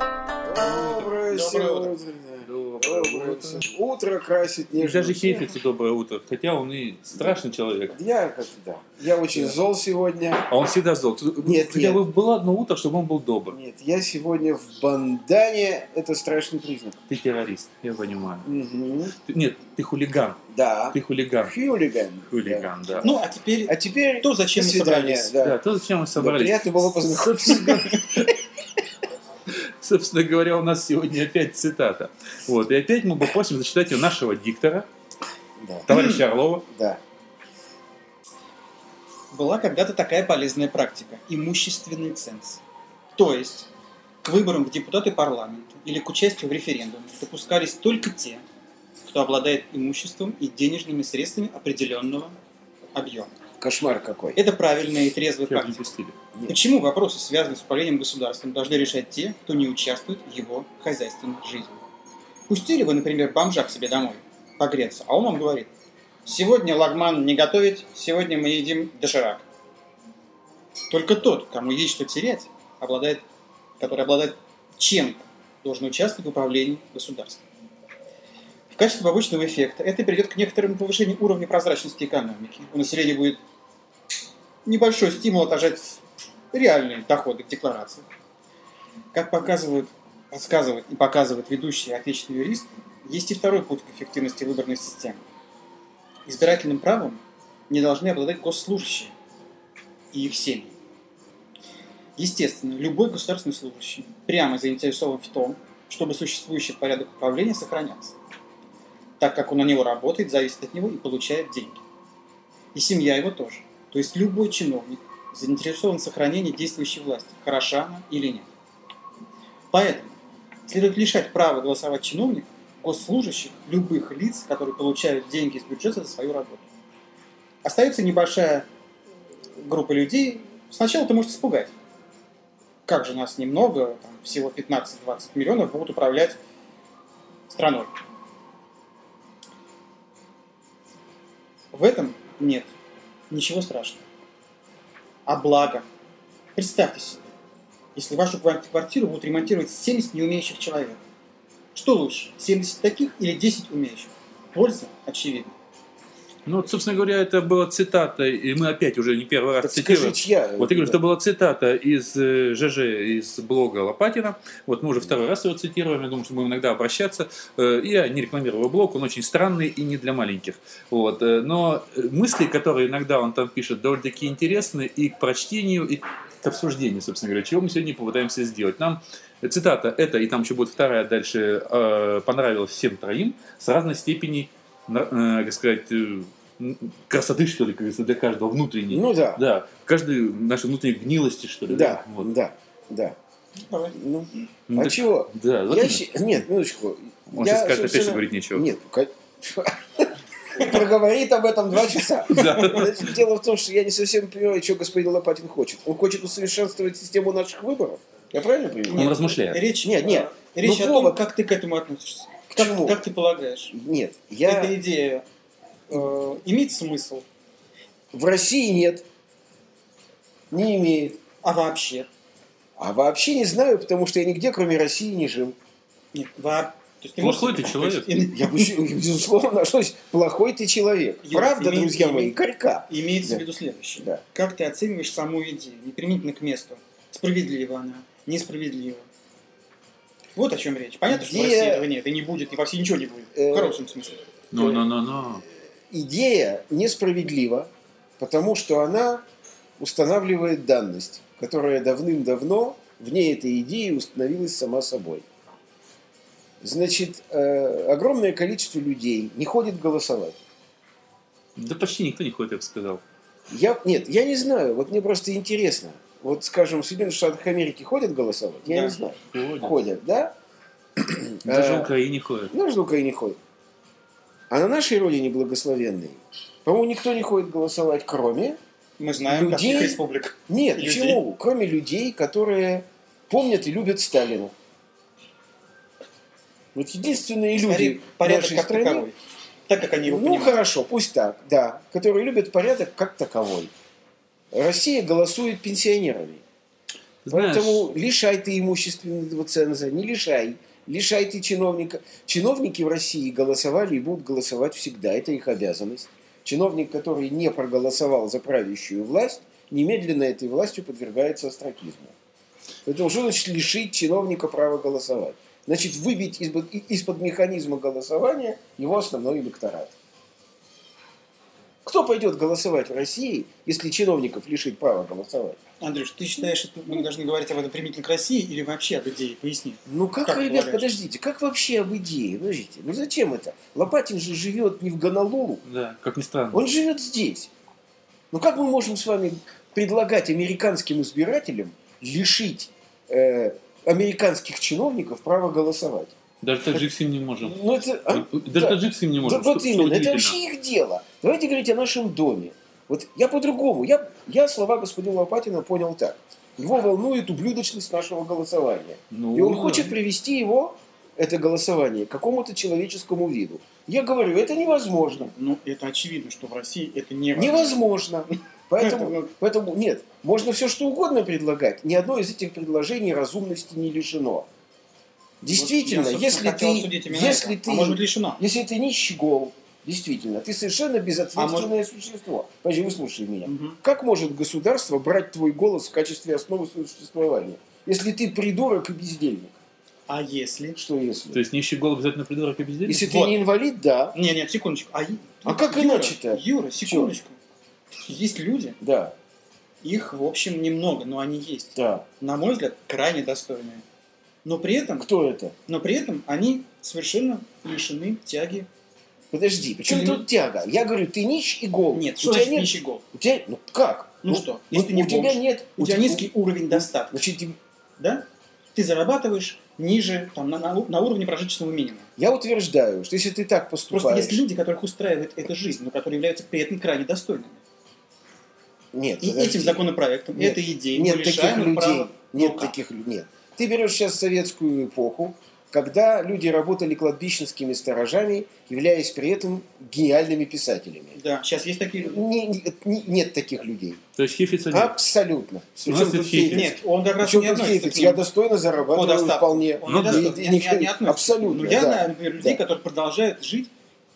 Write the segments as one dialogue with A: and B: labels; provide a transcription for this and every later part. A: Доброе,
B: Доброе
A: сегодня.
B: Доброе
A: Доброе
B: утро.
A: утро. Утро красит
B: И
A: нежность.
B: даже Хейфице доброе утро, хотя он и страшный человек.
A: Я как да. Я очень зол сегодня.
B: А он всегда зол.
A: Нет,
B: хотя
A: нет.
B: бы было одно утро, чтобы он был добр.
A: Нет, я сегодня в бандане. Это страшный признак.
B: Ты террорист, я понимаю.
A: Мгм.
B: Ты- нет, ты хулиган.
A: Да.
B: Ты хулиган.
A: Хулиган.
B: Хулиган, да.
C: Ну, а теперь
A: Да. А теперь
C: то, зачем
A: до
C: мы
A: свидания.
C: собрались.
A: Да.
B: да, то, зачем мы
A: Да,
B: собрались.
A: приятно было познакомиться.
B: Собственно говоря, у нас сегодня опять цитата. Вот, и опять мы попросим зачитать ее нашего диктора,
A: Да,
B: товарища Орлова.
A: да.
C: была когда-то такая полезная практика – имущественный ценз. То есть, к выборам в депутаты парламента или к участию в референдуме допускались только те, кто обладает имуществом и денежными средствами определенного объема.
A: Кошмар какой.
C: Это правильная и трезвая
B: Чёрт, не
C: практика.
B: пустили.
C: Почему вопросы, связанные с управлением государством, должны решать те, кто не участвует в его хозяйственной жизни? Пустили вы, например, бомжа к себе домой погреться, а он вам говорит, сегодня лагман не готовить, сегодня мы едим доширак. Только тот, кому есть что терять, обладает, который обладает чем-то, должен участвовать в управлении государством. В качестве побочного эффекта это приведет к некоторому повышению уровня прозрачности экономики. У населения будет небольшой стимул отражать реальные доходы к декларации. Как показывают, рассказывают и показывают ведущие отечественные юристы, есть и второй путь к эффективности выборной системы. Избирательным правом не должны обладать госслужащие и их семьи. Естественно, любой государственный служащий прямо заинтересован в том, чтобы существующий порядок управления сохранялся, так как он на него работает, зависит от него и получает деньги. И семья его тоже. То есть любой чиновник заинтересован в сохранении действующей власти, хороша она или нет. Поэтому следует лишать права голосовать чиновников, госслужащих, любых лиц, которые получают деньги из бюджета за свою работу. Остается небольшая группа людей. Сначала это может испугать. Как же нас немного, там, всего 15-20 миллионов будут управлять страной. В этом нет ничего страшного. А благо. Представьте себе, если вашу квар- квартиру будут ремонтировать 70 неумеющих человек. Что лучше, 70 таких или 10 умеющих? Польза очевидна.
B: Ну, вот, собственно говоря, это была цитата, и мы опять уже не первый раз
A: Так скажи,
B: цитируем.
A: чья?
B: Вот я говорю, что была цитата из э, ЖЖ, из блога Лопатина. Вот мы уже второй раз его цитируем, я думаю, что будем иногда обращаться. Э, Я не рекламирую его блог, он очень странный и не для маленьких. Вот. э, Но э, мысли, которые иногда он там пишет, довольно-таки интересны и к прочтению, и к обсуждению, собственно говоря, чего мы сегодня попытаемся сделать. Нам э, цитата эта, и там еще будет вторая дальше, э, понравилась всем троим с разной степени, на- э, как сказать, э, м, красоты, что ли, как говорится, для каждого внутренней.
A: Ну да.
B: Да, каждой нашей внутренней гнилости, что ли.
A: Да,
B: Вот.
A: да, да.
C: Давай.
A: Ну,
B: Ну,
A: а
B: так-
A: чего?
B: Да, вот
A: Я
B: именно.
A: щи- Нет, минуточку.
B: Он
A: Я,
B: сейчас скажет, опять что
A: собственно,
B: говорить нечего.
A: Нет, ну, кон- проговорит об этом два часа.
B: Да.
A: Значит, дело в том, что я не совсем понимаю, что господин Лопатин хочет. Он хочет усовершенствовать систему наших выборов. Я правильно
B: Он
A: понимаю?
C: Нет.
B: размышляет.
C: Речь,
A: Нет, нет.
C: э, речь
A: Ну,
C: о
A: повод.
C: том, как ты к этому относишься.
A: К
C: Как,
A: чему?
C: как ты полагаешь?
A: Нет, я
C: Эта идея э, имеет смысл?
A: в России нет, не имеет.
C: А вообще?
A: А вообще не знаю, потому что я нигде, кроме России, не жил.
C: Нет, во- То есть ты
B: Плохой
C: можешь-
B: ты человек.
C: То есть,
A: Я, бы- безусловно, нашлось. Плохой ты человек.
C: Юр,
A: Правда,
C: имей-
A: друзья
C: имей-
A: мои, корька.
C: и- Имеется
A: Да.
C: в виду следующее.
A: Да.
C: Как ты оцениваешь саму идею, неприменительно к месту? Справедлива она, несправедлива? Вот о чем речь. Понятно, что в
A: Где-
C: России этого нет, и не будет, и вообще ничего не будет.
A: Э,
C: В хорошем смысле.
B: Но, но, но, но.
A: Идея несправедлива, потому что она устанавливает данность, которая давным-давно вне этой идеи установилась сама собой. Значит, э, огромное количество людей не ходит голосовать.
B: Да почти никто не ходит, я бы сказал.
A: Я, нет, я не знаю, вот мне просто интересно. Вот, скажем, в Соединенных Штатах Америки ходят голосовать? Я
C: Да.
A: не знаю.
B: Ходят.
A: Ходят, да?
B: Даже
A: Э,
B: в Украине ходят.
A: Ну, же в Украине ходит. А на нашей родине благословенной, по-моему, никто не ходит голосовать, кроме...
C: Мы знаем,
A: Людей-
C: каких республик.
A: Нет,
C: Людей.
A: почему? Кроме людей, которые помнят и любят Сталина. Вот единственные
C: Скорее,
A: люди
C: порядок
A: нашей
C: как
A: страны,
C: таковой. Так как они его
A: ну
C: понимают.
A: хорошо, пусть так, да, которые любят порядок как таковой. Россия голосует пенсионерами.
B: Знаешь,
A: Поэтому лишай ты имущественного ценза, не лишай. Лишай ты чиновника. Чиновники в России голосовали и будут голосовать всегда. Это их обязанность. Чиновник, который не проголосовал за правящую власть, немедленно этой властью подвергается остракизму. Поэтому что значит лишить чиновника права голосовать? Значит, выбить из- из-под механизма голосования его основной электорат. Кто пойдет голосовать в России, если чиновников лишить права голосовать?
C: Андрюш, ты считаешь, что мы должны говорить об этом применительно к России или вообще об идее? Поясни.
A: Ну как,
C: Как
A: вы,
C: ты
A: ребят,
C: полагаешь?
A: подождите, как вообще об идее? Подождите, ну зачем это? Лопатин же живет не в Гонолулу,
B: да, как ни странно.
A: он живет здесь. Ну как мы можем с вами предлагать американским избирателям лишить э, американских чиновников права голосовать?
B: Даже таджикским не можем.
A: Ну это... а?
B: Даже
A: Да.
B: таджикским не
A: Да,
B: можем.
A: вот
B: что- что
A: именно, это
B: удивительно.
A: вообще их дело. Давайте говорить о нашем доме. Вот я по-другому, я, я слова господина Лопатина понял так. Его волнует ублюдочность нашего голосования.
B: Ну,
A: И он
B: да.
A: хочет привести его, это голосование, к какому-то человеческому виду. Я говорю, это невозможно.
C: Ну, это очевидно, что в России это невозможно.
A: Невозможно.
C: Это
A: Поэтому,
C: вот-
A: поэтому нет, можно все что угодно предлагать. Ни одно из этих предложений разумности не лишено. Действительно,
C: Вот я, собственно,
A: если ты,
C: хотел обсудить именно
A: если
C: это.
A: ты,
C: А может быть, лишена.
A: если ты нищий гол, действительно, ты совершенно
C: А
A: безответственное существо. Подожди, выслушай меня.
C: Мгм.
A: Как может государство брать твой голос в качестве основы своего существования, если ты придурок и бездельник?
C: А если?
A: Что если?
B: То есть нищий голубь обязательно придурок и бездельник?
A: Если
C: Вот.
A: ты не инвалид, да.
C: Не, нет, секундочку. А, Ю-
A: А как иначе-то?
C: Юра, секундочку. Есть люди,
A: Да,
C: их, в общем, немного, но они есть.
A: да.
C: На мой взгляд, крайне достойные. Но при этом,
A: Кто это?
C: но при этом они совершенно лишены тяги.
A: Подожди, почему
C: Ты-
A: тут тяга? Я говорю, ты нищ и гол.
C: Нет,
A: у
C: что
A: тебя
C: значит
A: нет.
C: ничего?
A: У тебя... Ну как?
C: Ну что,
A: ну,
C: если ты не
A: у тебя ну
C: бомж,
A: нет.
C: У тебя низкий уровень достатка,
A: Значит, тебе-
C: да? Ты зарабатываешь ниже, там, на, на у- на уровне прожиточного минимума.
A: я утверждаю, что если ты так
C: Просто
A: поступаешь.
C: есть люди, которых устраивает эта жизнь, но которые являются при этом крайне достойными.
A: Нет,
C: И
A: подожди.
C: этим законопроектом,
A: Нет.
C: этой идеей мы
A: Нет таких
C: лишаем их
A: людей.
C: права.
A: Нет
C: Ну как?
A: таких людей. Нет. Ты берешь сейчас советскую эпоху, когда люди работали кладбищенскими сторожами, являясь при этом гениальными писателями.
C: Да, сейчас есть такие люди.
A: Не- не- не- нет таких людей.
B: То есть хифица
A: А?
B: нет.
A: Абсолютно.
B: У
A: Причем
B: нас тут
A: тут
B: хейфиц.
A: хейфиц.
C: Нет, он как раз
A: Причем
C: не
A: тут
C: относится
A: хейфиц.
C: к ним.
A: Я достойно зарабатываю
C: По достатку.
A: вполне.
C: Он
B: Ну,
C: не
B: да.
C: достойный,
A: И- и
C: не-
A: никто-
C: не относится.
A: абсолютно,
C: Ну, я
A: да.
C: знаю например, людей,
A: Да.
C: которые продолжают жить,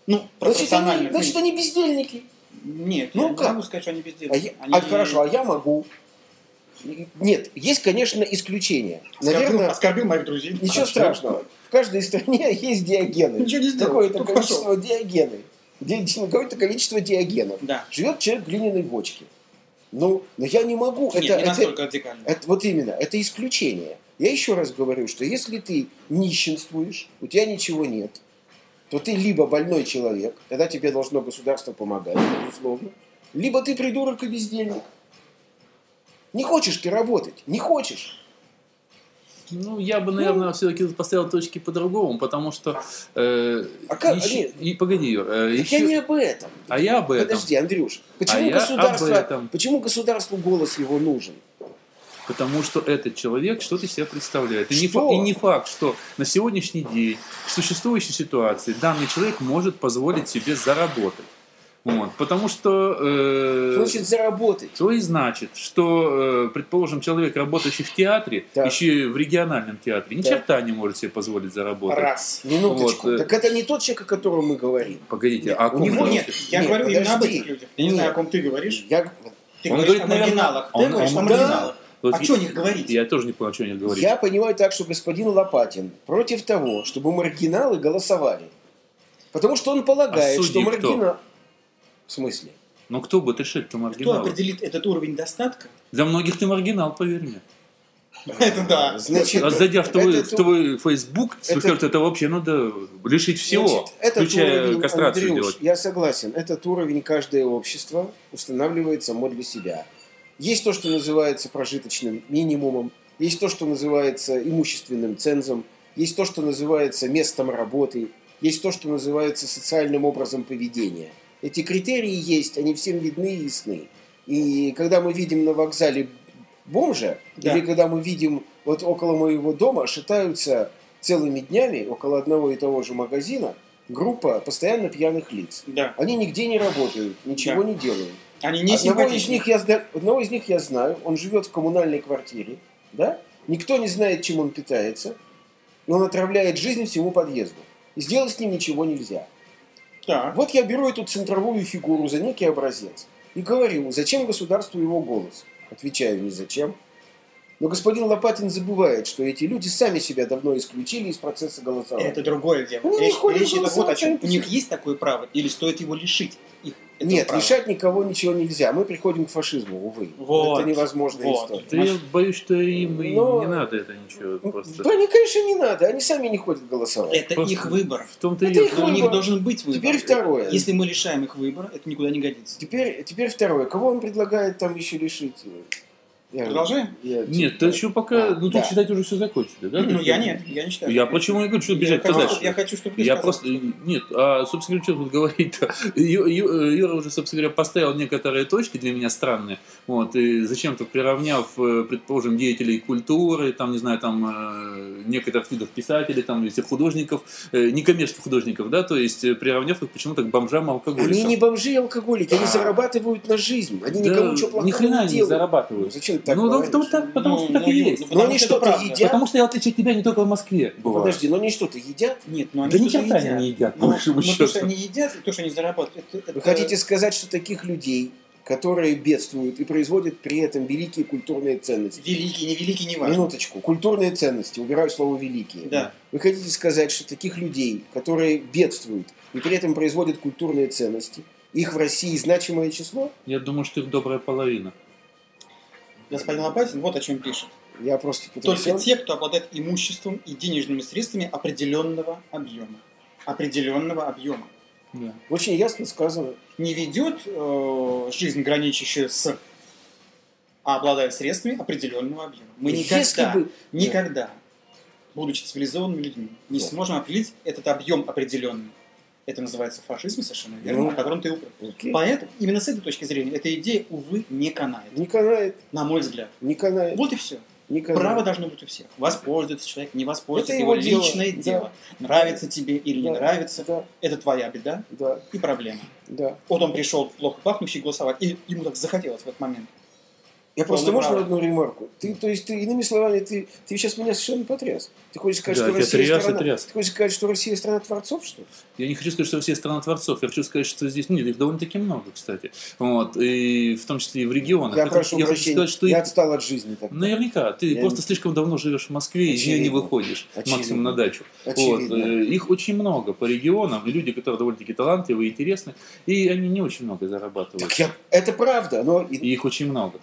C: ну,
A: Значит, они,
C: пропорционально.
A: значит, они бездельники.
C: Нет,
A: Ну,
C: я не
A: как?
C: могу сказать, что они
A: А,
C: бездельники.
A: я-
C: Они-
A: а хорошо, а я могу. Нет, есть, конечно, исключения.
C: Оскорбил-
A: Наверное,
C: оскорбил моих друзей.
A: ничего
C: Хорошо.
A: страшного. В каждой стране есть диагены.
C: Ничего не сделал,
A: Какое-то
C: только
A: количество диагены. Ди- ди- Какое-то количество диагенов.
C: Да.
A: Живет человек в глиняной бочке. Ну, но я не могу.
C: Нет,
A: это,
C: не
A: это-
C: настолько радикально.
A: это вот именно, это исключение. Я еще раз говорю, что если ты нищенствуешь, у тебя ничего нет, то ты либо больной человек, тогда тебе должно государство помогать, безусловно, либо ты придурок и бездельник. Не хочешь ты работать, не хочешь.
B: Ну, я бы, наверное, все-таки поставил точки по-другому, потому что... э,
A: А как-
B: ещё-
A: нет.
B: И, погоди, Юр, э,
A: Так
B: ещё-
A: я не об этом.
B: а я об этом. А
A: Подожди, Андрюш, почему,
B: я об
A: государство,
B: этом.
A: почему государству голос его нужен?
B: Потому что этот человек что-то из себя представляет. И, Не
A: Что?
B: фа- и не факт, что на сегодняшний день в существующей ситуации данный человек может позволить себе заработать. Вот. Потому что... э,
A: Значит, заработать.
B: то и значит, что, э, предположим, человек, работающий в театре,
A: Так.
B: еще и в региональном театре, ни
A: Так.
B: черта не может себе позволить заработать.
C: Раз.
A: Минуточку.
B: Вот, э.
A: так это не тот человек, о котором мы говорим.
B: Погодите,
A: Нет,
B: а о
A: у
B: ком
A: него
B: вы
C: Нет,
B: говорите?
C: я
A: Нет,
C: говорю именно об
A: подожди.
C: этих людях. Я не
A: Нет.
C: знаю, о ком ты говоришь.
A: Я,
C: Ты
B: Он
C: говоришь
B: говорит,
C: о
B: наверное,
C: маргиналах.
B: он-
C: Ты говоришь о
B: он-
C: маргиналах.
B: Вот
C: А
B: и-
C: что о них говорить?
B: Я тоже не понял, о чем они говорят.
A: Я понимаю так, что господин Лопатин против того, чтобы маргиналы голосовали. Потому что он полагает,
B: А судьи
A: что маргинал...
B: кто?
A: В смысле?
B: Но кто будет решать, кто
C: Кто
B: маргинал?
C: определит этот уровень достатка?
B: Для многих ты маргинал, поверь мне.
C: Это да.
A: Значит,
B: А зайдя в твой,
A: этот
B: в твой Facebook,
A: это-
B: скажут, это вообще надо лишить всего,
A: Значит, этот
B: включая
A: уровень,
B: кастрацию
A: Андрюш,
B: делать.
A: Я согласен. Этот уровень каждое общество устанавливает само для себя. Есть то, что называется прожиточным минимумом, есть то, что называется имущественным цензом, есть то, что называется местом работы, есть то, что называется социальным образом поведения. Эти критерии есть, они всем видны и ясны. И когда мы видим на вокзале бомжа,
C: Да.
A: или когда мы видим Вот около моего дома шатаются целыми днями, около одного и того же магазина, группа постоянно пьяных лиц.
C: Да.
A: Они нигде не работают, ничего
C: Да.
A: не делают.
C: Они
A: одного,
C: не
A: из
C: симпатичны.
A: них я, зна- одного из них я знаю, он живет в коммунальной квартире, да? Никто не знает, чем он питается, но он отравляет жизнь всему подъезду. И сделать с ним ничего нельзя.
C: Да.
A: Вот я беру эту центровую фигуру за некий образец и говорю, зачем государству его голос? Отвечаю, не зачем. Но господин Лопатин забывает, что эти люди сами себя давно исключили из процесса голосования.
C: Это другое дело.
A: Э, Ну, не
C: речь
A: ходит
C: речь идет вот о чем.
A: голосовать.
C: У них есть такое право? Или стоит его лишить их этого
A: Нет,
C: права?
A: решать никого ничего нельзя. Мы приходим к фашизму, увы.
C: Вот,
A: Это невозможная
C: вот.
A: история.
B: Да я боюсь, что им и
A: Но- Ну,
B: не надо это ничего. Просто.
A: Да, они, конечно, не надо. Они сами не ходят голосовать.
C: Это
B: Просто-
C: их выбор.
B: В том-то и
A: Это их
B: дело.
C: Но у них
A: выбор.
C: должен быть выбор.
A: Теперь второе. Типа,
C: Если мы лишаем их выбора, это никуда не годится.
A: Теперь, теперь второе. Кого он предлагает там еще решить? Я-
C: Продолжаем?
A: я-
B: Нет, ты еще
A: А,
B: пока... ну, тут
A: да.
B: считать уже все закончили, да?
C: Ну,
B: Ты-
C: я нет, я не считаю.
B: Я почему я говорю, что
C: я
B: бежать
C: хочу,
B: дальше?
C: чтоб- я хочу, чтобы ты
B: Я
C: сказал.
B: просто... Нет, а, собственно говоря, что тут говорить-то? Ю- Ю- Юра уже, собственно говоря, поставил некоторые точки для меня странные. Вот, и зачем-то приравняв, э, предположим, деятелей культуры, там, не знаю, там, э, некоторых видов писателей, там, этих художников, э, некоммерческих художников, да, то есть э, приравняв их почему-то к бомжам и алкоголикам.
A: Они не бомжи и алкоголики, они
B: А.
A: зарабатывают на жизнь. Они
B: Да,
A: никому ничего
B: ни
A: плохого
B: хрена
A: не
B: они не
A: делают.
B: зарабатывают.
A: Зачем ты так
B: ну,
A: говоришь?
B: да, потому, так, потому
C: Ну,
B: что так
C: ну,
B: и
C: ну,
B: есть.
C: потому
A: они
C: что это
A: что-то
C: правда.
A: едят.
B: Потому что я, в отличие от тебя, не только в Москве
A: Ну,
B: бываю.
A: Подожди, но они что-то едят?
C: Нет, ну они
B: Да ни
C: что-то
B: черта
C: едят.
B: они не едят, по
C: Ну,
B: большому
C: ну, то, что
B: счету.
C: они едят, и то, что они зарабатывают. это- это-
A: Вы хотите сказать, что таких людей, которые бедствуют и производят при этом великие культурные ценности,
C: Великий, невеликий, не важно.
A: Минуточку. Культурные ценности. Убираю слово «великие».
C: Да.
A: Вы хотите сказать, что таких людей, которые бедствуют и при этом производят культурные ценности, их в России значимое число?
B: Я думаю, что их добрая половина.
C: Господин Лопатин вот о чем пишет.
A: Я просто потрясен.
C: Только те, кто обладает имуществом и денежными средствами определенного объема. Определенного объема.
A: Очень ясно сказано.
C: Не ведет э, жизнь, граничащую с, а обладает средствами определенного объема. Мы никогда,
A: Если бы...
C: никогда, будучи цивилизованными людьми, не
A: Да.
C: сможем определить этот объем определенный. Это называется фашизм совершенно верно,
A: Ну.
C: о котором ты упомянул.
A: Окей.
C: Поэтому именно с этой точки зрения эта идея, увы, не канает.
A: Не канает,
C: На мой взгляд.
A: не канает,
C: Вот и все.
A: не канает.
C: Право должно быть у всех. Воспользуется человек, не воспользуется.
A: Это
C: Это его
A: его дело,
C: личное
A: да.
C: дело. Нравится тебе или не
A: Да.
C: нравится.
A: Да,
C: Это твоя беда
A: да,
C: и проблема.
A: да.
C: Вот он пришел плохо пахнущий голосовать, и ему так захотелось в этот момент.
A: Я просто
C: Полное
A: можно
C: право.
A: одну ремарку? Ты, то есть, ты, иными словами, ты, ты сейчас меня совершенно потряс. Ты хочешь сказать,
B: Да,
A: что
B: я
A: Россия
B: тряс и
A: страна...
B: тряс.
A: Ты хочешь сказать, что Россия страна творцов, что ли?
B: Я не хочу сказать, что все страна творцов. Я хочу сказать, что здесь нет, их довольно-таки много, кстати. Вот. И в том числе и в регионах.
A: Я
B: Это-
A: прошу
B: я хочу
A: прощения,
B: сказать, что
A: я
B: и- Ну,
A: отстал от жизни. Так.
B: Наверняка. Ты
A: Я
B: просто
A: не-
B: слишком давно живешь в Москве, и из нее не
A: Очевидно.
B: выходишь
A: Очевидно.
B: максимум на дачу. Вот,
A: Очевидно.
B: э, их очень много по регионам. И люди, которые довольно-таки талантливые, интересны, и они не очень много зарабатывают.
A: Так я, это правда, но и-
B: И их очень много.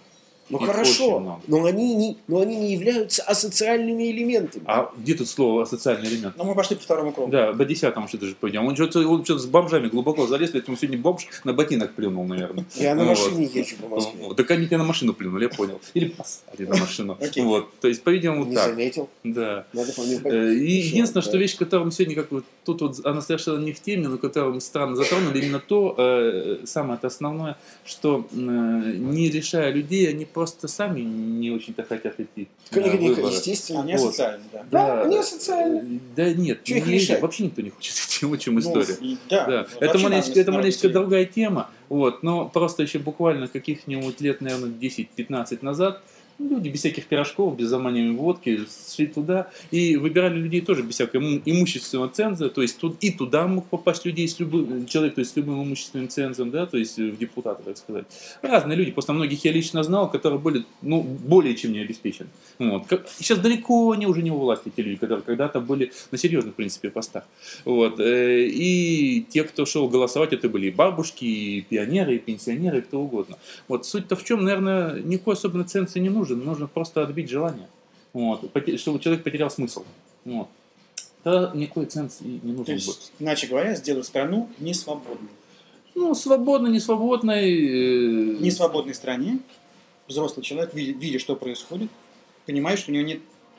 A: ну
B: их очень
A: хорошо,
B: много.
A: но они не, но они не являются асоциальными элементами.
B: А где тут слово «социальный элемент»?
C: Но мы пошли по второму кругу.
B: Да, по десятому что-то же пойдем. Он что-то, он что-то с бомжами глубоко залез, поэтому сегодня бомж на ботинок плюнул, наверное.
A: Я на
B: вот. Ну,
A: машине езжу по Москве.
B: Вот. Так они тебя на машину плюнули, я понял. Или посадили на машину.
C: Окей.
B: Вот. То есть, по-видимому,
A: Не
B: ну, так.
A: заметил.
B: Да.
A: Надо
B: Э,
A: помнить.
B: И единственное,
A: да.
B: что вещь, которую мы сегодня, как вот тут вот она совершенно не в теме, но которую мы странно затронули, именно то, э, самое -то основное, что э, не лишая людей, они просто сами не очень-то хотят идти. на выборы.
A: Естественно.
C: Они
B: Вот.
C: социальны, да.
A: Да, они асоциальны.
B: Э, Да нет,
A: Чё их
B: не-
A: лишать?
B: вообще никто не хочет идти, вот в чем история.
C: Ну, и-
B: Да.
C: да. Вот
B: Это
C: вообще
B: маленечко,
C: надо
B: это маленечко
C: останавливать
B: другая тема, вот, но просто еще буквально каких-нибудь лет, наверное, 10-15 назад люди без всяких пирожков, без заманивания водки шли туда и выбирали людей тоже без всякого иму- имущественного ценза, то есть тут и туда мог попасть людей с любым, человек, то есть с любым имущественным цензом, да, то есть э, в депутаты, так сказать. Разные люди, просто многих я лично знал, которые были, ну, более чем не обеспечены. Вот. Как- Сейчас далеко не уже не у власти те люди, которые когда-то были на серьезных, в принципе, постах. Вот. э, И те, кто шел голосовать, это были и бабушки, и пионеры, и пенсионеры, и кто угодно. Вот суть-то в чем, наверное, никакой особенной ценности не нужен, нужно просто отбить желание, вот. Поте- чтобы человек потерял смысл. Вот. Тогда никакой ценности и не
C: То
B: нужен будет.
C: есть, иначе говоря, сделать страну несвободной.
B: Ну, свободно, э, не свободно.
C: В несвободной стране взрослый человек, видя, видя, что происходит, понимает, что у него нет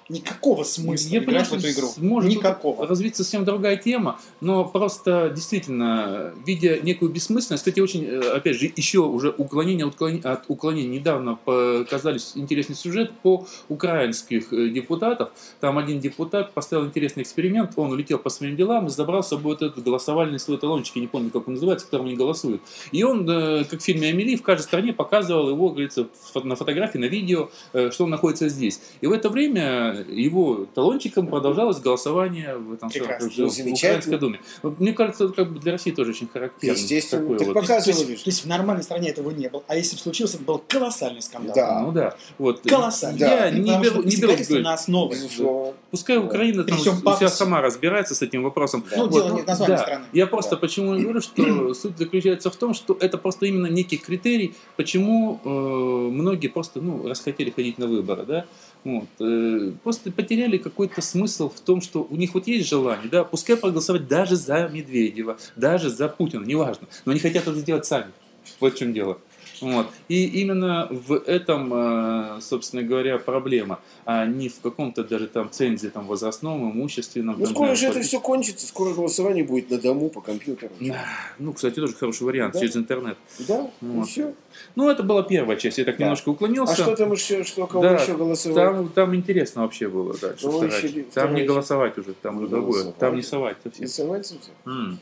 C: никакого смысла
B: Я понимаю,
C: играть в эту
B: что
C: игру.
B: Может тут
C: никакого.
B: развиться совсем другая тема, но просто действительно, видя некую бессмысленность, кстати, очень, э, опять же, еще уже уклонение от уклон- от уклонения. Недавно показались интересный сюжет по украинских э, депутатов. Там один депутат поставил интересный эксперимент, он улетел по своим делам и забрал с собой вот этот голосовальный свой талончик, я не помню, как он называется, которым они голосуют. И он, э, как в фильме «Амели», в каждой стране показывал его, говорится, фо- на фотографии, на видео, э, что он находится здесь. И в это время его талончиком продолжалось голосование в, этом самом-
C: Прекрасно.
B: в- в Украинской
A: Ну, Замечательно.
B: Думе. Вот Мне кажется, это как бы для России тоже очень характерно.
A: Естественно.
B: такое
A: Так
B: вот.
A: пока-
C: То есть,
A: Показывали же.
C: то есть в нормальной стране этого не было. А если бы случилось, это был колоссальный скандал.
A: Да.
B: Ну да. Вот.
C: Колоссальный.
B: Я не
C: Потому
B: беру,
C: что
B: не беру
C: посягательство на основе.
A: Безусловно.
B: Пускай Украина там
C: При всем
B: у себя
C: пафосе.
B: сама разбирается с этим вопросом.
C: Ну,
A: Да.
C: дело не в названии
B: да.
C: страны.
B: Я просто
A: Да.
B: почему и говорю, что суть заключается в том, что это просто именно некий критерий, почему э, многие просто ну, расхотели ходить на выборы, да? Вот, э, просто потеряли какой-то смысл в том, что у них вот есть желание, да, пускай проголосовать даже за Медведева, даже за Путина, неважно, но они хотят это сделать сами. Вот в чем дело. Вот. И именно в этом, э, собственно говоря, проблема, а не в каком-то даже там цензе там, возрастном, имущественном.
A: Ну,
B: там,
A: скоро
B: знаешь,
A: же это
B: политическом.
A: все кончится, скоро голосование будет на дому по компьютеру.
B: Да. Ну, кстати, тоже хороший вариант
A: Да.
B: через интернет.
A: Да,
B: Вот.
A: и все.
B: Ну, это была первая часть, я так
A: Да.
B: немножко уклонился.
A: А что там еще, что кого
B: Да,
A: еще голосовали?
B: там, там интересно вообще было дальше.
A: Ну,
B: вторая
A: еще
B: часть.
A: не-
B: Там не
A: вторая
B: голосовать уже, там уже
A: Не
B: другое.
A: голосовать.
B: Там не совать совсем.
A: Рисовать это?
B: М.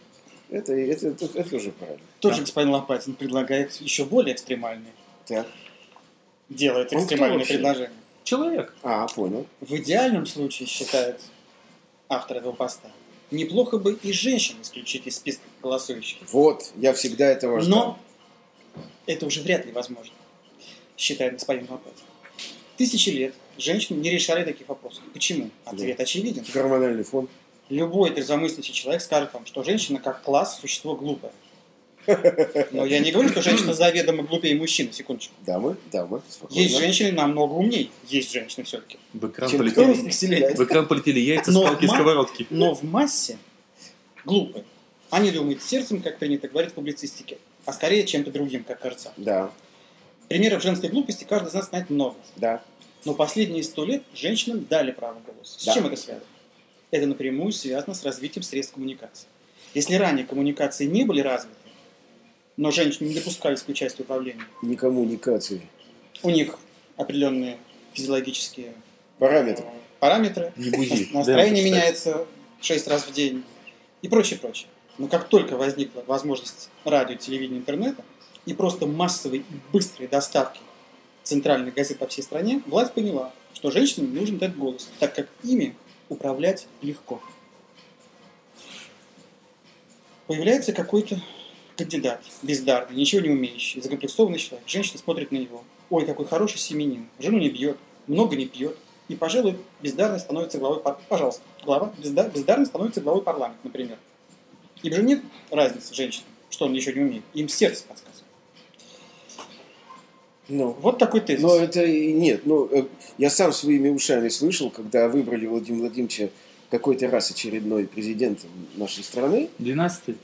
A: Это, это, это, это уже правильно.
C: Тот же
B: Да.
C: господин Лопатин предлагает еще более экстремальные.
A: Так. Он
C: Делает
A: кто
C: экстремальные
A: вообще?
C: предложения.
B: Человек.
A: А, понял.
C: В идеальном случае, считает автор этого поста, неплохо бы и женщин исключить из списка голосующих.
A: Вот, я всегда этого ждал.
C: Но это уже вряд ли возможно, считает господин Лопатин. Тысячи лет женщины не решали таких вопросов. Почему? Ответ очевиден.
A: Гормональный фон.
C: Любой трезвомыслящий человек скажет вам, что женщина как класс – существо глупое. Но я не говорю, что женщина заведомо глупее мужчины, секундочку.
A: Дамы, дамы, спокойно.
C: Есть женщины намного умнее. Есть женщины все-таки.
B: В экран,
A: Чем
B: полетели,
A: кто?
C: Русских населения.
B: в экран полетели яйца,
C: Но
B: скалки,
C: ма-
B: сковородки.
C: Но в массе глупы. Они думают сердцем, как принято говорить в публицистике, а скорее чем-то другим, как кажется.
A: Да,
C: Примеров женской глупости каждый из нас знает много.
A: да.
C: Но последние сто лет женщинам дали право голоса. С
A: Да.
C: чем это связано? Это напрямую связано с развитием средств коммуникации. Если ранее коммуникации не были развиты, но женщины не допускались к участию в управлении,
A: Не коммуникации.
C: у них определенные физиологические
A: Параметры.
C: э, параметры,
B: Не бузи.
C: нас- настроение
B: Да,
C: меняется 6 раз в день и прочее, прочее. Но как только возникла возможность радио, телевидения, интернета и просто массовой и быстрой доставки центральных газет по всей стране, власть поняла, что женщинам нужен этот голос, так как ими управлять легко. Появляется какой-то кандидат, бездарный, ничего не умеющий, закомплексованный человек. Женщина смотрит на него. Ой, какой хороший семенин. Жену не бьет, много не пьет. И, пожалуй, бездарный становится главой пар- Пожалуйста, глава безда- бездарный становится главой парламента, например. Им же нет разницы женщинам, что он еще не умеет. Им сердце подсказывает.
A: Ну,
C: Вот такой тезис.
A: Но это и нет. Ну, э, я сам своими ушами слышал, когда выбрали Владимира Владимировича какой-то раз очередной президентом нашей страны.
B: 12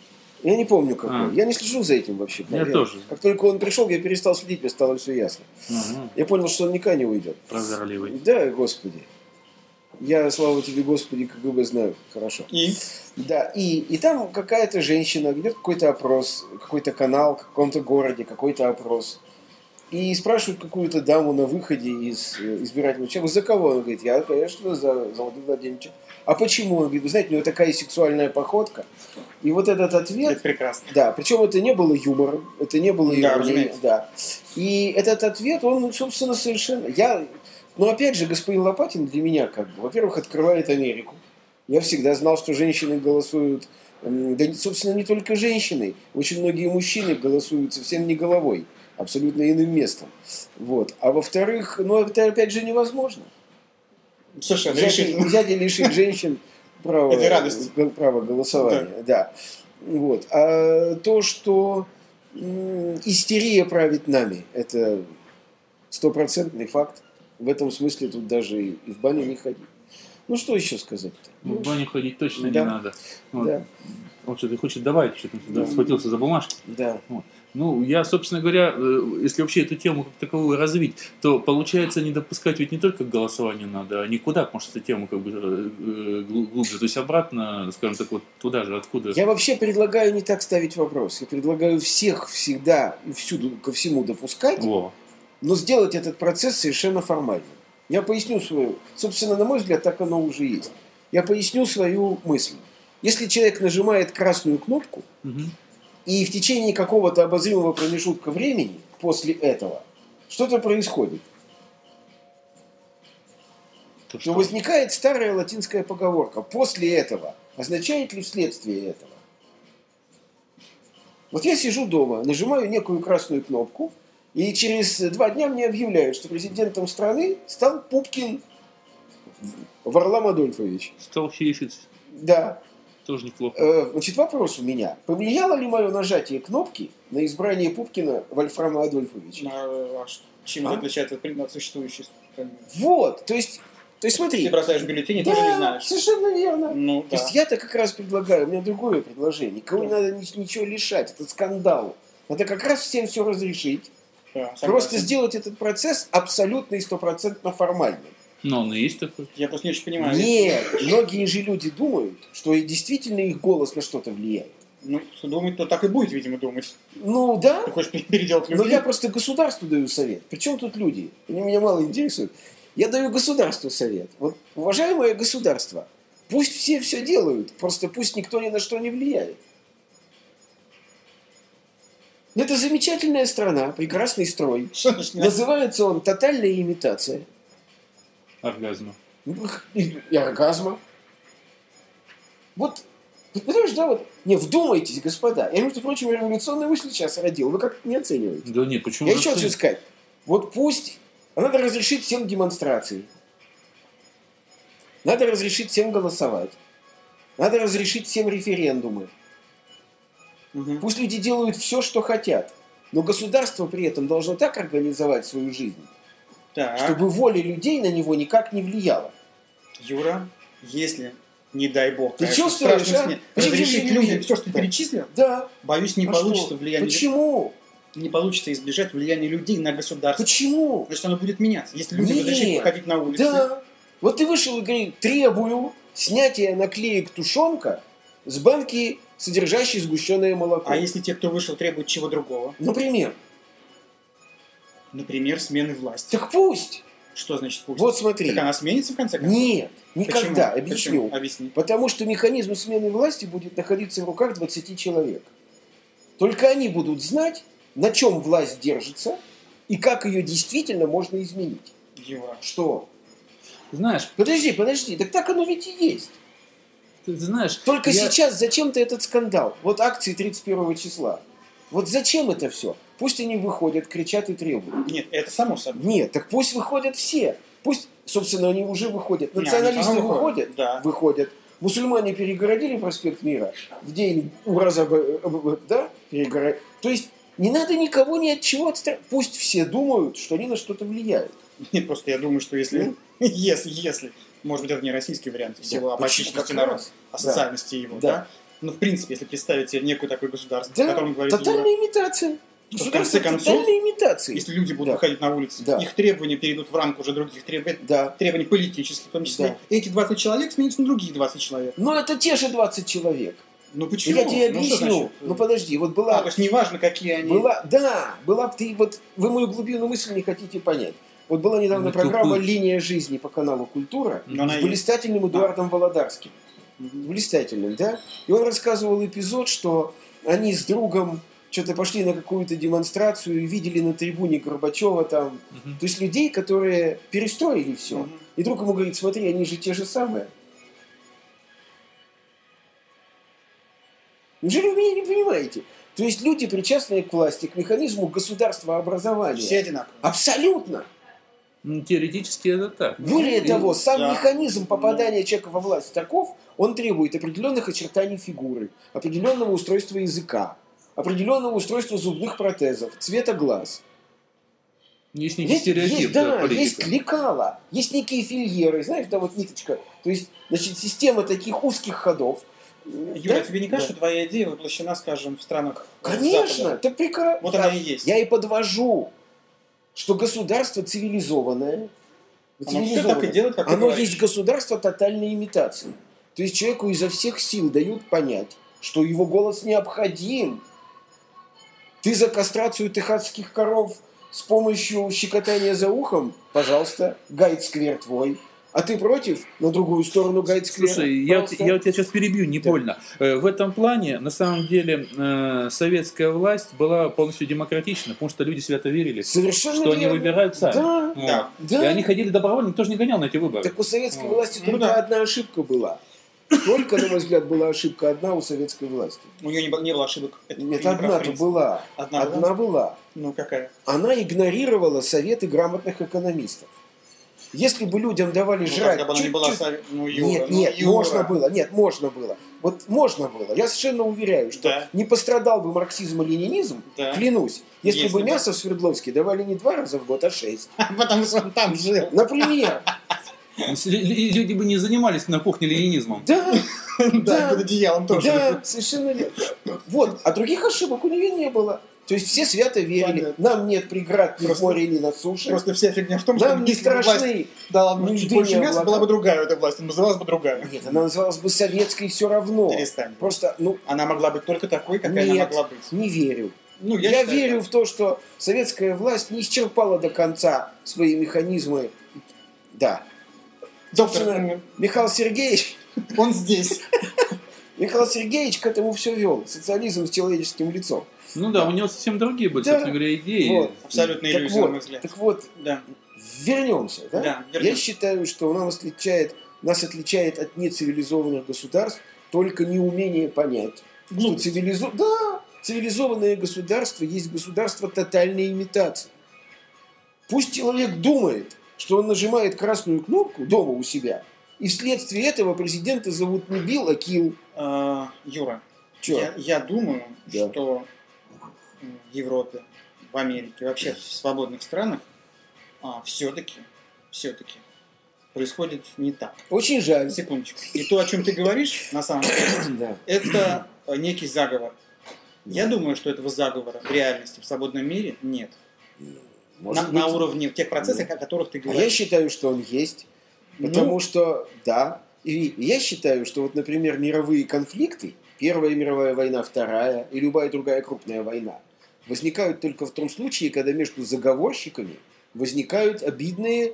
A: Я не помню какой.
B: А.
A: Я не слежу за этим вообще.
B: Я
A: поверь.
B: тоже.
A: Как только он пришел, я перестал следить, мне стало все ясно.
B: Ага,
A: Я понял, что он никогда не уйдет.
B: Прозорливый.
A: Да, Господи. Я, слава тебе, Господи, КГБ знаю хорошо.
C: И
A: Да, и, и там какая-то женщина ведет какой-то опрос, какой-то канал, в каком-то городе, какой-то опрос. И спрашивают какую-то даму на выходе из э, избирательного человека, за кого? Она говорит, я, конечно, за, за Владимира Владимировича. А почему? Он говорит, вы знаете, у него такая сексуальная походка. И вот этот
C: это
A: ответ,
C: прекрасно.
A: да, причем это не было юмором, это не было
C: Да,
A: иронией,
C: разумеется.
A: да. И этот ответ, он, собственно, совершенно... Я... Но опять же, господин Лопатин для меня, как бы, во-первых, открывает Америку. Я всегда знал, что женщины голосуют... м, Да, собственно, не только женщины. Очень многие мужчины голосуют совсем не головой, абсолютно иным местом. Вот. А во-вторых, ну, это опять же невозможно.
C: Совершенно
A: Взять и-
C: решительно.
A: взять и лишить женщин права,
C: Этой радости.
A: гол- права голосования. Да. Вот. А то, что м, истерия правит нами, это стопроцентный факт. В этом смысле тут даже и и в баню не ходи. Ну что еще сказать-то?
B: Ну, в баню ходить точно
A: Да.
B: не надо. Вот.
A: Да,
B: Он что-то хочет добавить, что-то да, схватился за бумажки.
A: да.
B: Ну, я, собственно говоря, э, если вообще эту тему как таковую развить, то получается не допускать ведь не только к голосованию надо, а никуда, потому что тему как бы э, э, глу- глубже, то есть обратно, скажем так, вот туда же, откуда.
A: Я вообще предлагаю не так ставить вопрос. Я предлагаю всех всегда и всюду ко всему допускать,
B: Во.
A: но сделать этот процесс совершенно формальным. Я поясню свою... Собственно, на мой взгляд, так оно уже есть. Я поясню свою мысль. Если человек нажимает красную кнопку,
B: Мгм.
A: и в течение какого-то обозримого промежутка времени после этого что-то происходит,
B: То
A: то
B: что?
A: возникает старая латинская поговорка «после этого». Означает ли вследствие этого? Вот я сижу дома, нажимаю некую красную кнопку, и через два дня мне объявляют, что президентом страны стал Пупкин Варлам Адольфович.
B: Стал хейфиц,
A: Да.
B: тоже неплохо.
A: Э, Значит, вопрос у меня. Повлияло ли мое нажатие кнопки на избрание Пупкина Вольфрама Адольфовича?
C: А, а ш- чем
A: А?
C: это отличается от пред- от существующей? как бы?
A: Вот, то есть, то есть смотри.
C: Ты бросаешь бюллетени,
A: Да,
C: тоже не знаешь.
A: совершенно верно.
C: Ну,
A: То
C: да.
A: есть я-то как раз предлагаю, у меня другое предложение. Кого не надо ни- ничего лишать, это скандал. Надо как раз всем все разрешить.
C: да, согласен.
A: Просто сделать этот процесс абсолютно и стопроцентно формальным.
B: Но он и есть такой.
C: Я просто не очень понимаю.
A: Нет, многие же люди думают, что и действительно их голос на что-то влияет.
C: Ну, кто думает, то так и будет, видимо, думать.
A: Ну да,
C: Ты хочешь переделать
A: но
C: людей?
A: Ну, я просто государству даю совет. Причем тут люди? Они меня мало интересуют. Я даю государству совет. Вот, уважаемое государство, пусть все все делают, просто пусть никто ни на что не влияет. Это замечательная страна, прекрасный строй.
C: Что значит не надо?
A: Называется он «Тотальная имитация».
B: Оргазма.
A: Ну, И и оргазма. Вот, вот понимаешь, да, вот, не, вдумайтесь, господа. Я, между прочим, революционный вышли сейчас родил. Вы как не оцениваете?
B: Да нет, почему
A: Я
B: же
A: еще хочу
B: сын?
A: сказать. Вот пусть... а Надо разрешить всем демонстрации. Надо разрешить всем голосовать. Надо разрешить всем референдумы.
C: Мгм.
A: Пусть люди делают все, что хотят. Но государство при этом должно так организовать свою жизнь,
C: Так,
A: чтобы воля людей на него никак не влияла.
C: Юра, если, не дай бог,
A: Ты
C: конечно, в
A: чувствуешь,
C: страшном
A: а?
C: сне,
A: Подожди,
C: разрешить
A: подожди,
C: людям
A: подожди.
C: все, что ты
A: Да.
C: перечислил,
A: Да.
C: боюсь, не
A: а
C: получится
A: что?
C: влияние...
A: Почему?
C: Не получится избежать влияния людей на государство.
A: Почему?
C: Значит, оно будет меняться. Если люди
A: Нет.
C: разрешат выходить на улицы,
A: Да. Вот ты вышел и говоришь, требую снятия наклеек тушенка с банки, содержащей сгущенное молоко.
C: а если те, кто вышел, требуют чего другого,
A: Например.
C: например, смены власти,
A: Так пусть.
C: что значит пусть?
A: Вот смотри.
C: Так она сменится в конце концов?
A: Нет, никогда.
C: Почему?
A: Объясню.
C: Почему? Объясни.
A: Потому что механизм смены власти будет находиться в руках 20 человек. Только они будут знать, на чем власть держится и как ее действительно можно изменить.
C: Юра.
A: Что?
B: Знаешь,
A: Подожди, подожди, так так оно ведь и есть.
B: ты знаешь...
A: Только
B: я-
A: сейчас зачем-то этот скандал. Вот акции 31 числа. Вот зачем это все? Пусть они выходят, кричат и требуют.
C: Нет, это само собой.
A: Нет, так пусть выходят все. Пусть, собственно, они уже выходят.
C: Не, они
A: Националисты
C: все равно
A: выходят,
C: выходят, да.
A: выходят. Мусульмане перегородили проспект Мира в день ураза, б- б- б- да, перегоро- То есть не надо никого ни от чего отстраивать. Пусть все думают, что они на что-то влияют.
C: Нет, просто я думаю, что
A: Ну?
C: если... Если, если. Может быть, это не российский вариант в силу
A: Да,
C: апатичности
A: почему?
C: народа,
A: Да.
C: о социальности его,
A: Да.
C: да? Ну, в принципе, если представить себе некую такое государство, о
A: Да,
C: котором говорит Юра,
A: тотальная имитация.
C: в конце
A: Государство
C: Ну, концов,
A: тотальной имитации.
C: если люди будут
A: Да.
C: выходить на улицы,
A: Да.
C: их требования перейдут в ранг уже других требований,
A: Да.
C: требований политических в том числе.
A: Да.
C: И эти 20 человек сменятся на другие 20 человек.
A: Но Ну, это те же 20 человек.
C: Ну почему?
A: Я тебе
C: Ну, что
A: объясню. Ну,
C: значит?
A: подожди, вот была...
C: А, то есть неважно, какие они...
A: Была, да, была б ты, вот вы мою глубину мысли не хотите понять. Вот была недавно
B: Ну,
A: программа
B: тупую.
A: «Линия жизни» по каналу «Культура»
C: Но она
A: с
C: есть.
A: блистательным Эдуардом Володарским.
C: Мгм.
A: Блистательным, да? И он рассказывал эпизод, что они с другом что-то пошли на какую-то демонстрацию и видели на трибуне Горбачева там.
B: Мгм.
A: То есть людей, которые перестроили все.
C: Мгм.
A: И друг ему говорит, смотри, они же те же самые. Неужели вы меня не понимаете? То есть люди, причастные к власти, к механизму государства образования.
C: Все одинаковые.
A: Абсолютно.
B: Ну, Теоретически это так.
A: Более
B: И-
A: того, сам
C: да.
A: механизм попадания человека во власть таков, он требует определенных очертаний фигуры, определенного устройства языка, определенного устройства зубных протезов, цвета глаз.
B: Есть некий
A: Есть,
B: стереотип
A: есть,
B: да,
A: да,
B: политика.
A: есть кликала, есть некие фильеры, знаешь, да, вот ниточка. То есть, значит, система таких узких ходов.
C: Юра,
A: Да?
C: тебе не
A: Да.
C: кажется, что твоя идея воплощена, скажем, в странах э,
A: Конечно,
C: Запада?
A: это прекрасно.
C: Вот она и есть.
A: Я и подвожу, что государство цивилизованное,
C: Оно все
A: цивилизованное,
C: так и делает, как ты
A: оно
C: говоришь.
A: есть государство тотальной имитации. То есть человеку изо всех сил дают понять, что его голос необходим. Ты за кастрацию техасских коров с помощью щекотания за ухом, пожалуйста, гайд-сквер твой. А ты против? На другую сторону гайд-сквера.
B: Слушай, я,
A: Пожалуйста.
B: я тебя сейчас перебью, не
A: Да.
B: больно. Э, В этом плане, на самом деле, э, советская власть была полностью демократична, потому что люди свято верили,
A: Совершенно
B: что они
A: верно.
B: выбирают сами.
A: ну, Да,
B: Вот.
C: Да.
A: да.
B: И они ходили добровольно, никто же не гонял на эти выборы.
A: Так у советской
C: Ну,
A: власти
C: ну
A: только
C: да.
A: одна ошибка была. Только, на мой взгляд, была ошибка одна у советской власти.
C: У нее не было, не было ошибок. Это
A: Нет,
C: не прав
A: одна-то
C: принцип.
A: была.
C: Одна, была?
A: Одна была.
C: Ну какая?
A: Она игнорировала советы грамотных экономистов. Если бы людям давали
C: Ну,
A: жрать...
C: тогда бы она не
A: чуть-чуть-
C: была сове- Ну, Юра,
A: нет,
C: ну,
A: нет,
C: Юра.
A: можно было, нет, можно было. Вот можно было. Я совершенно уверяю, что
C: Да.
A: не пострадал бы марксизм и ленинизм,
C: Да.
A: клянусь, если,
C: Если
A: бы
C: бы.
A: мясо в Свердловске давали не два раза в год, а шесть.
C: Потому что он там жил.
A: Например,
B: Если лю- лю- Люди бы не занимались на кухне ленинизмом.
A: да,
C: Да,
A: Да.
C: и под одеялом тоже.
A: Да, совершенно верно. Вот, а других ошибок у нее не было. То есть все свято верили.
C: Понятно.
A: Нам нет преград ни
C: Просто-
A: в море, ни на суше.
C: Просто вся фигня в том, что
A: Нам не
C: если бы власть
A: страшны.
C: дала бы
A: Ну,
C: чуть
A: да
C: больше
A: не
C: мяса,
A: облака.
C: была бы другая эта власть, называлась бы другая. Ну,
A: Нет, она называлась бы советской все равно.
C: Перестань.
A: Просто, ну,
C: Она могла быть только такой, какая она
A: Нет.
C: могла быть.
A: не верю.
C: Ну,
A: Я,
C: считаю,
A: верю
C: да.
A: в то, что советская власть не исчерпала до конца свои механизмы. Да.
C: Доктор,
A: Собственно,
C: м,
A: Михаил Сергеевич,
C: он здесь.
A: Михаил Сергеевич к этому все вел. Социализм с человеческим лицом.
B: Ну да, у него совсем другие были,
A: Да.
B: собственно говоря, идеи.
A: Вот.
C: Абсолютно
A: Так
C: иллюзия, на мой
A: вот,
C: взгляд.
A: так вот,
C: Да.
A: Вернемся, да?
C: Да, вернемся.
A: Я считаю, что нас отличает, нас отличает от нецивилизованных государств только неумение понять, что
C: Глупость.
A: цивилизу... да, цивилизованное государство есть государство тотальной имитации. Пусть человек думает, что он нажимает красную кнопку дома у себя, и вследствие этого президента зовут не Билл, а Килл.
C: А, Юра,
A: Чё?
C: Я, я думаю,
A: Да.
C: что в Европе, в Америке, вообще в свободных странах все-таки, все-таки происходит не так.
A: Очень жаль.
C: Секундочку. И то, о чем ты говоришь, на самом деле,
A: Да.
C: это э, некий заговор. Я думаю, что этого заговора в реальности в свободном мире нет.
A: Может
C: На, на
A: быть.
C: уровне тех процессов, о которых ты
A: А я
C: говоришь.
A: считаю, что он есть.
C: Ну,
A: Потому что, да, и я считаю, что вот, например, мировые конфликты, Первая мировая война, Вторая и любая другая крупная война, возникают только в том случае, когда между заговорщиками возникают обидные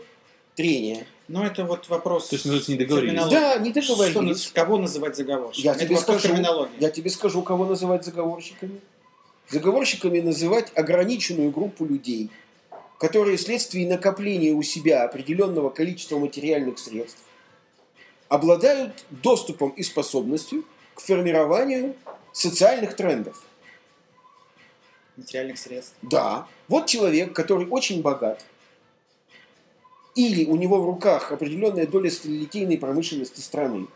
A: трения.
C: Но это вот вопрос
B: То есть, ну, это не договорились.
C: терминологии.
A: Да, не
C: Что
A: договорились.
C: нас- кого называть заговорщиком?
A: Я
C: это
A: тебе
C: вопрос
A: скажу.
C: терминологии.
A: Я тебе скажу, кого называть заговорщиками. Заговорщиками называть ограниченную группу людей, которые вследствие накопления у себя определенного количества материальных средств обладают доступом и способностью к формированию социальных трендов.
C: Материальных средств.
A: Да, вот человек, который очень богат, или у него в руках определенная доля сталелитейной промышленности страны,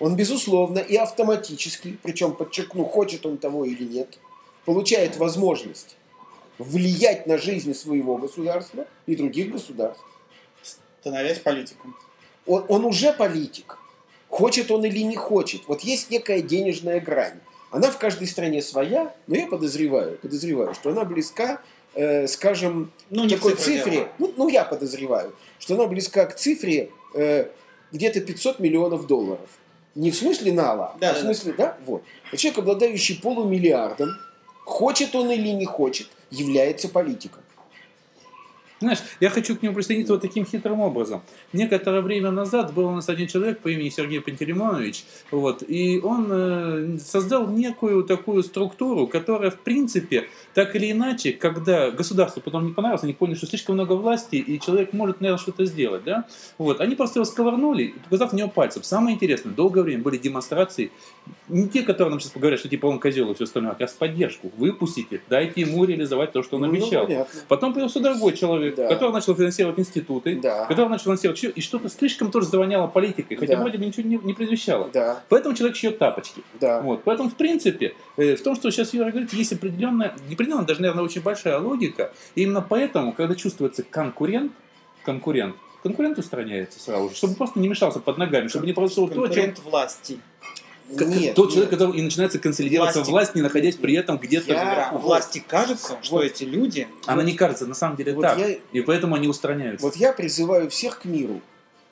A: он, безусловно, и автоматически, причем, подчеркну, хочет он того или нет, получает возможность влиять на жизнь своего государства и других государств.
C: становясь политиком.
A: Он, он уже политик. Хочет он или не хочет. Вот есть некая денежная грань. Она в каждой стране своя, но я подозреваю, подозреваю, что она близка, э, скажем,
C: Ну,
A: к
C: не
A: такой
C: в цифре,
A: цифре,
C: а.
A: ну, ну, я подозреваю, что она близка к цифре э, где-то 500 миллионов долларов. Не в смысле нала,
C: Да,
A: а в
C: да, да.
A: смысле, да, вот. А человек, обладающий полумиллиардом, хочет он или не хочет, является политиком.
B: Знаешь, я хочу к нему присоединиться вот таким хитрым образом. Некоторое время назад был у нас один человек по имени Сергей Пантелеймонович, вот, и он э, создал некую такую структуру, которая, в принципе, так или иначе, когда государству потом не понравилось, они поняли, что слишком много власти, и человек может, наверное, что-то сделать, да? Вот, они просто его сковырнули, показав в него пальцем. Самое интересное, долгое время были демонстрации Не те, которые нам сейчас говорят, что типа он козел и все остальное, а как раз поддержку. Выпустите, дайте ему реализовать то, что он
A: Ну,
B: обещал.
A: понятно.
B: Потом появился другой человек,
A: Да.
B: который начал финансировать институты,
A: Да.
B: который начал финансировать все, и что-то слишком тоже завоняло политикой, хотя
A: Да.
B: вроде бы ничего не, не предвещало.
A: Да,
B: Поэтому человек шьет тапочки.
A: да.
B: Вот. Поэтому, в принципе, э, в том, что сейчас Юра говорит, есть определенная, не определенная, даже, наверное, очень большая логика. И именно поэтому, когда чувствуется конкурент, конкурент, конкурент устраняется сразу же, чтобы просто не мешался под ногами, чтобы не произошло то, о чем
C: Конкурент власти.
B: как-
A: Нет,
B: тот человек,
A: нет.
B: который и начинается консолидироваться
C: Власти.
B: власть, не находясь при этом где-то
A: Я-
B: вверху.
C: Власти кажется, что эти люди
B: Она не кажется, на самом деле
A: Вот
B: так.
A: я-
B: И поэтому они устраняются.
A: Вот я призываю всех к миру.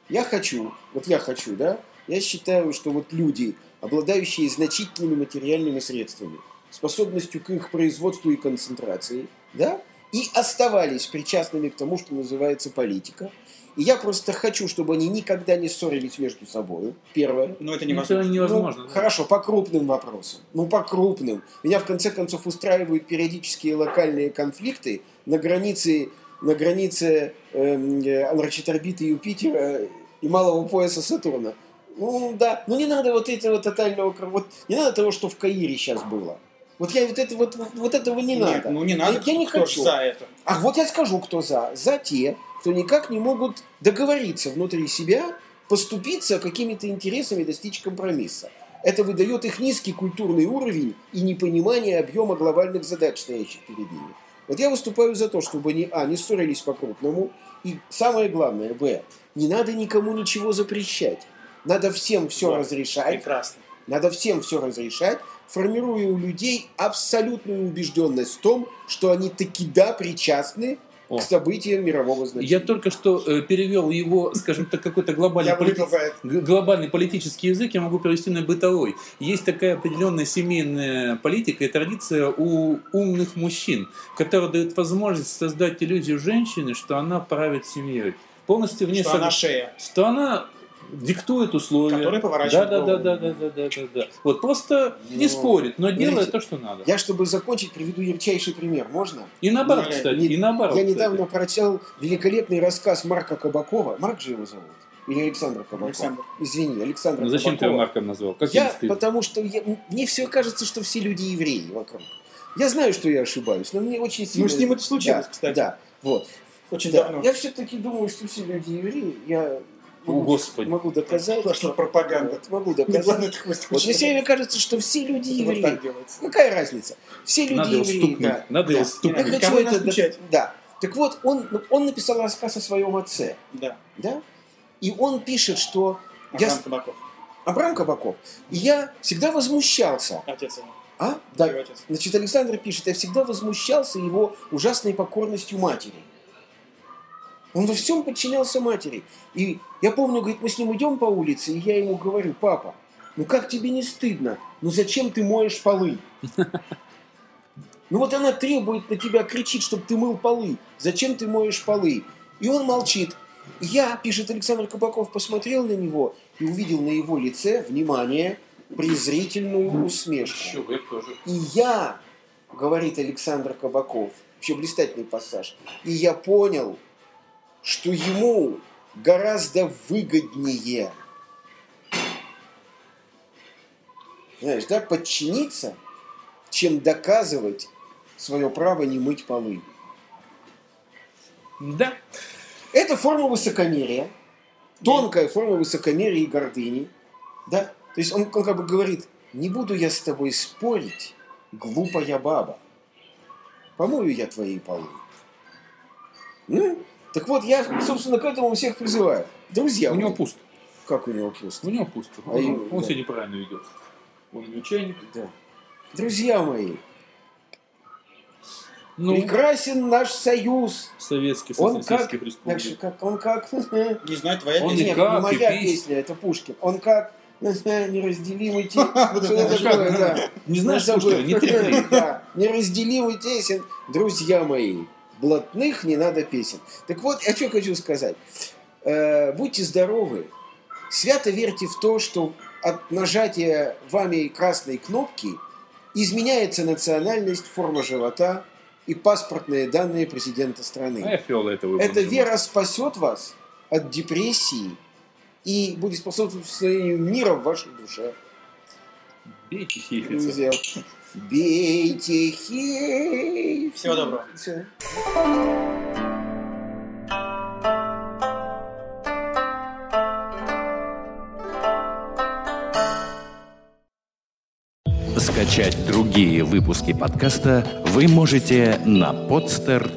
A: Я хочу, вот я хочу, да, я считаю, что вот люди, обладающие значительными материальными средствами, способностью к их производству и концентрации, да, и оставались причастными к тому, что называется политика. И я просто хочу, чтобы они никогда не ссорились между собой. Первое.
C: Ну, это
B: Это
C: невозможно.
B: невозможно.
A: Ну,
B: да.
A: хорошо, по крупным вопросам. Ну, по крупным. Меня, в конце концов, устраивают периодические локальные конфликты на границе, на границе эм, э, анарчиторбиты Юпитера и малого пояса Сатурна. Ну, да. Ну, не надо вот этого тотального... кр- Вот, не надо того, что в Каире сейчас было. Вот я вот, это, вот, вот этого не
C: Нет,
A: надо.
C: ну не надо,
A: Я- я не
C: кто
A: хочу.
C: ж за это.
A: А вот я скажу, кто за. За те, кто никак не могут договориться внутри себя, поступиться какими-то интересами, достичь компромисса. Это выдает их низкий культурный уровень и непонимание объема глобальных задач, стоящих перед ними. Вот я выступаю за то, чтобы они, а, не ссорились по-крупному, и самое главное, б, не надо никому ничего запрещать. Надо всем все
C: Да,
A: разрешать,
C: Прекрасно.
A: надо всем все разрешать, формируя у людей абсолютную убежденность в том, что они таки да причастны
B: О.
A: к событиям мирового
B: Я
A: значения.
B: только что э, перевел его, скажем так, какой-то глобальный
C: Я бы
B: политический...
C: выпил за это.
B: Г- глобальный политический язык я могу перевести на бытовой. Есть такая определенная семейная политика и традиция у умных мужчин, которая дает возможность создать иллюзию женщины, что она правит семьей. Полностью вне
C: Что
B: сог-
C: она шея.
B: что она диктует условия.
C: Которые
B: да,
C: поворачивают
B: да, да,
C: голову.
B: да, да, да, да, да, да. Вот просто не
A: Ну,
B: спорит, но делает
A: знаете,
B: то, что надо.
A: Я, чтобы закончить, приведу ярчайший пример. Можно?
B: И наоборот,
C: Ну,
B: кстати,
A: не-
B: и наоборот.
A: Я
B: кстати.
A: недавно прочитал великолепный рассказ Марка Кабакова. Марк же его зовут? Или Александр Кабаков?
C: Александр.
A: Извини, Александр
B: Ну, зачем ты его
A: Кабакова.
B: Марком назвал? Как тебе
A: я,
B: стыдно?
A: потому что я- мне все кажется, что все люди евреи вокруг. Я знаю, что я ошибаюсь, но мне очень сильно...
C: Ну, с ним это случилось,
A: Да,
C: кстати.
A: Да, вот.
C: Очень
A: Да,
C: давно.
A: Я все-таки думаю, что все люди евреи. Я
B: О,
A: могу,
B: Господи.
A: могу доказать.
C: Пошла пропаганда.
A: Вот, Могу
C: Не
A: доказать.
C: главное, это хвост.
A: Вот мне все время кажется, что все люди
C: Это вот
A: евреи.
C: так делается.
A: Какая разница? Все люди
B: Надо его
A: евреи.
B: стукнуть.
A: да.
B: Надо его
A: Да.
C: Не
B: стукнуть.
C: надо
A: Я хочу
C: Кого
A: это...
C: настучать?
A: Да. Так вот, он, ну, он написал рассказ о своем отце.
C: Да.
A: Да? И он пишет, что я...
C: Абрам Табаков.
A: Абрам Кабаков. И я всегда возмущался.
C: Отец его.
A: А? Да,
C: Его отец.
A: Значит, Александр пишет, я всегда возмущался его ужасной покорностью матери. Он во всем подчинялся матери. И я помню, говорит, мы с ним идем по улице, и я ему говорю, папа, ну как тебе не стыдно? Ну зачем ты моешь полы? Ну вот она требует на тебя, кричит, чтобы ты мыл полы. Зачем ты моешь полы? И он молчит. И Я, пишет Александр Кабаков, посмотрел на него и увидел на его лице, внимание, презрительную усмешку.
B: Еще, я тоже.
A: И я, говорит Александр Кабаков, вообще блистательный пассаж, и я понял, что ему гораздо выгоднее, знаешь, да, подчиниться, чем доказывать свое право не мыть полы.
B: Да.
A: Это форма высокомерия, тонкая форма высокомерия и гордыни. Да? То есть он, он как бы говорит, не буду я с тобой спорить, глупая баба. Помою я твои полы. М? Так вот, я, собственно, к этому всех призываю. Друзья,
B: У него
A: мои,
B: пусто.
A: как у него пусто?
B: У него пусто.
A: А
B: Он,
A: я-
B: он
A: да.
B: себя неправильно ведет. Он не чайник.
A: Да. Друзья мои,
B: Ну,
A: прекрасен наш союз.
B: Советский
A: Он как,
B: Социалистических Республик.
A: дальше как, он как,
C: Не знаю, твоя
B: Он
C: песня.
A: Нет,
B: как,
A: не моя
B: и пись-
A: песня, это Пушкин. Он как ну, э, неразделимый тесен.
C: Вот это
A: Что
C: наш
A: такое,
B: как?
A: да.
B: Не знаешь,
A: Ну,
B: Пушкина,
A: забыл.
B: не трепни.
A: Да, Неразделимый тесен, друзья мои. Блатных не надо песен. Так вот, я что хочу сказать. Э, Будьте здоровы. Свято верьте в то, что от нажатия вами красной кнопки изменяется национальность, форма живота и паспортные данные президента страны.
B: А я фиол этого
A: Эта
B: выпрямил.
A: вера спасет вас от депрессии и будет способствовать состоянию мира в вашей душе.
B: Бейте хейфица.
A: Нельзя. Бейте хей.
C: Всего доброго.
A: Всё.
D: Скачать другие выпуски подкаста вы можете на podster.ru